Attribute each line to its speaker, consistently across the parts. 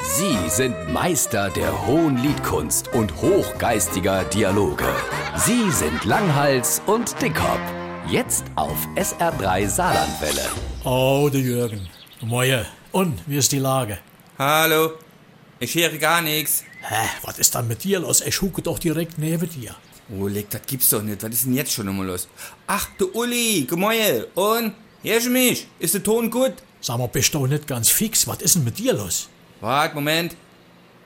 Speaker 1: Sie sind Meister der hohen Liedkunst und hochgeistiger Dialoge. Sie sind Langhals und Dickhop. Jetzt auf SR3 Saarlandwelle.
Speaker 2: Oh, der Jürgen. Moje. Und, wie ist die Lage?
Speaker 3: Hallo, ich höre gar nichts.
Speaker 2: Hä, was ist dann mit dir los? Ich hucke doch direkt neben dir.
Speaker 3: Oleg, Oh, das gibt's doch nicht. Was ist denn jetzt schon immer los? Ach, du Uli, Gemäuel. Und? Hörst du mich? Ist der Ton gut?
Speaker 2: Sag mal, bist du nicht ganz fix? Was ist denn mit dir los?
Speaker 3: Wart, Moment.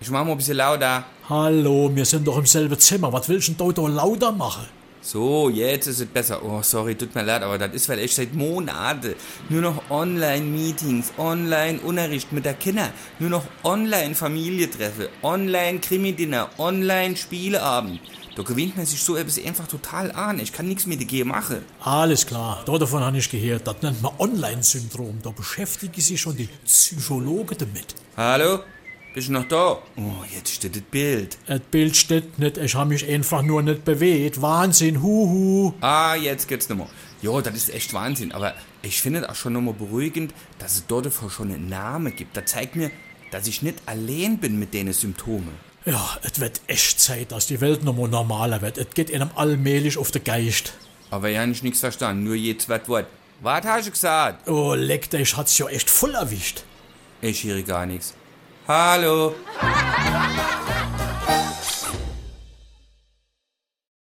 Speaker 3: Ich mach mal ein bisschen lauter.
Speaker 2: Hallo, wir sind doch im selben Zimmer. Was willst denn du da lauter machen?
Speaker 3: So, jetzt ist es besser. Oh, sorry, tut mir leid, aber das ist, weil ich seit Monaten nur noch Online-Meetings, Online-Unterricht mit der Kinder, nur noch Online-Familie treffe, Online-Krimi-Dinner, Online-Spieleabend. Da gewöhnt man sich so etwas einfach total an. Ich kann nichts mit der G machen.
Speaker 2: Alles klar, da davon habe ich gehört. Das nennt man Online-Syndrom. Da beschäftigen sich schon die Psychologen damit.
Speaker 3: Hallo? Bist du noch da? Oh, jetzt steht das Bild.
Speaker 2: Das Bild steht nicht, ich habe mich einfach nur nicht bewegt. Wahnsinn, huhu.
Speaker 3: Ah, jetzt geht's nochmal. Jo, das ist echt Wahnsinn, aber ich finde es auch schon nochmal beruhigend, dass es dort dafür schon einen Namen gibt. Das zeigt mir, dass ich nicht allein bin mit den Symptomen.
Speaker 2: Ja, es wird echt Zeit, dass die Welt nochmal normaler wird. Es geht einem allmählich auf den Geist.
Speaker 3: Aber ja, ich nichts verstanden, nur je zweit Wort. Was hast du gesagt?
Speaker 2: Oh, leck dich, hat's ja echt voll erwischt.
Speaker 3: Ich höre gar nichts. Hallo?